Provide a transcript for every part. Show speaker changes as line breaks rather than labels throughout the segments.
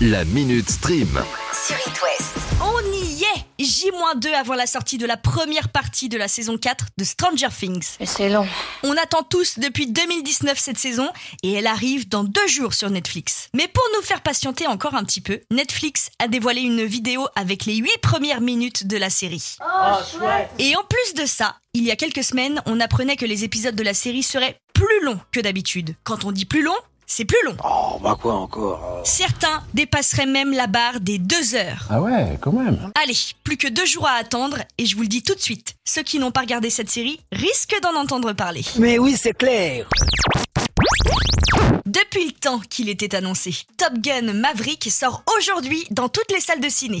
La Minute Stream.
sur It West.
On y est J-2 avant la sortie de la première partie de la saison 4 de Stranger Things.
Mais c'est long.
On attend tous depuis 2019 cette saison et elle arrive dans deux jours sur Netflix. Mais pour nous faire patienter encore un petit peu, Netflix a dévoilé une vidéo avec les 8 premières minutes de la série. Et en plus de ça, il y a quelques semaines, on apprenait que les épisodes de la série seraient plus longs que d'habitude. Quand on dit plus long, c'est plus long.
Oh, bah quoi encore
Certains dépasseraient même la barre des deux heures.
Ah ouais, quand même.
Allez, plus que deux jours à attendre, et je vous le dis tout de suite, ceux qui n'ont pas regardé cette série risquent d'en entendre parler.
Mais oui, c'est clair.
Depuis le temps qu'il était annoncé, Top Gun Maverick sort aujourd'hui dans toutes les salles de ciné.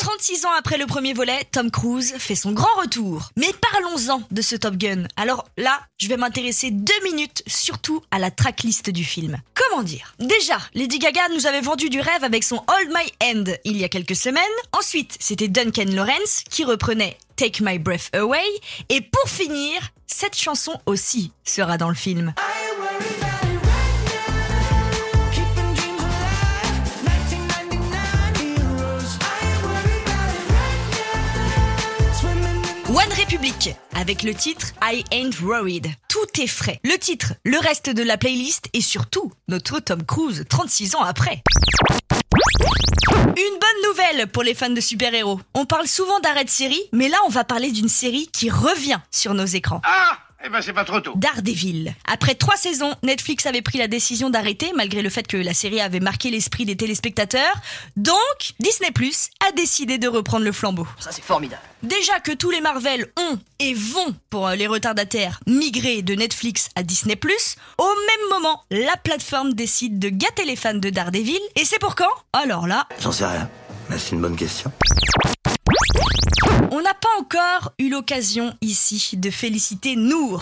36 ans après le premier volet, Tom Cruise fait son grand retour. Mais parlons-en de ce Top Gun. Alors là, je vais m'intéresser deux minutes surtout à la tracklist du film. Comment dire Déjà, Lady Gaga nous avait vendu du rêve avec son Hold My Hand il y a quelques semaines. Ensuite, c'était Duncan Lawrence qui reprenait Take My Breath Away. Et pour finir, cette chanson aussi sera dans le film. One Republic, avec le titre I Ain't Worried. Tout est frais. Le titre, le reste de la playlist et surtout notre Tom Cruise 36 ans après. Une bonne nouvelle pour les fans de super-héros. On parle souvent d'arrêt de série, mais là on va parler d'une série qui revient sur nos écrans.
Ah Eh ben c'est pas trop tôt.
Daredevil. Après trois saisons, Netflix avait pris la décision d'arrêter malgré le fait que la série avait marqué l'esprit des téléspectateurs. Donc, Disney Plus a décidé de reprendre le flambeau.
Ça, c'est formidable.
Déjà que tous les Marvel ont et vont, pour euh, les retardataires, migrer de Netflix à Disney+, au même moment, la plateforme décide de gâter les fans de Daredevil, et c'est pour quand Alors là,
J'en sais rien. Mais c'est une bonne question.
on n'a pas encore eu l'occasion ici de féliciter Nour,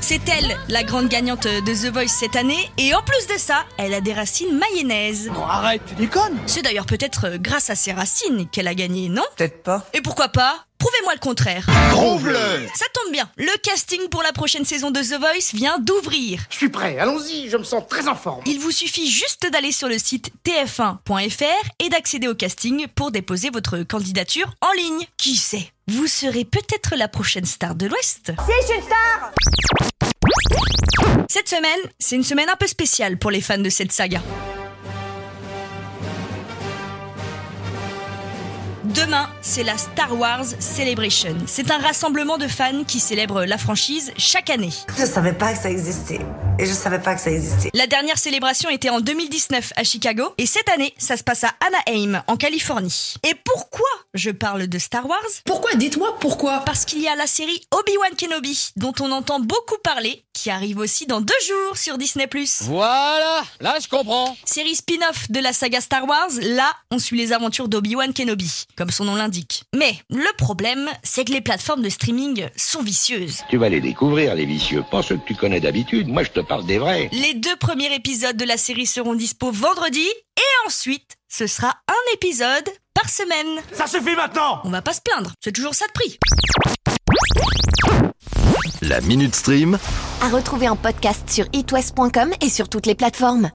C'est elle, la grande gagnante de The Voice cette année, et en plus de ça, elle a des racines mayonnaises.
Non, arrête, tu déconnes.
C'est d'ailleurs peut-être euh, grâce à ses racines qu'elle a gagné, non
Peut-être pas.
Et pourquoi pas Prouvez-moi le contraire.
Trouve-le
Ça tombe bien, le casting pour la prochaine saison de The Voice vient d'ouvrir.
Je suis prêt, allons-y, je me sens très en forme.
Il vous suffit juste d'aller sur le site tf1.fr et d'accéder au casting pour déposer votre candidature en ligne. Qui sait Vous serez peut-être la prochaine star de l'Ouest. Si, je suis une star Cette semaine, c'est une semaine un peu spéciale pour les fans de cette saga. Demain, c'est la Star Wars Celebration. C'est un rassemblement de fans qui célèbre la franchise chaque année.
Je savais pas que ça existait. Et je savais pas que ça existait.
La dernière célébration était en 2019 à Chicago et cette année, ça se passe à Anaheim, en Californie. Et pourquoi je parle de Star Wars
Pourquoi Dites-moi pourquoi.
Parce qu'il y a la série Obi-Wan Kenobi, dont on entend beaucoup parler, qui arrive aussi dans deux jours sur Disney+.
Voilà Là, je comprends.
Série spin-off de la saga Star Wars, là, on suit les aventures d'Obi-Wan Kenobi, comme son nom l'indique. Mais le problème, c'est que les plateformes de streaming sont vicieuses.
Tu vas les découvrir, les vicieux. Pas ceux que tu connais d'habitude. Moi, je te parle des vrais.
Les deux premiers épisodes de la série seront dispo vendredi et ensuite, ce sera un épisode par semaine.
Ça suffit maintenant
On va pas se plaindre, c'est toujours ça de prix.
La Minute Stream.
À retrouver en podcast sur itwest.com et sur toutes les plateformes.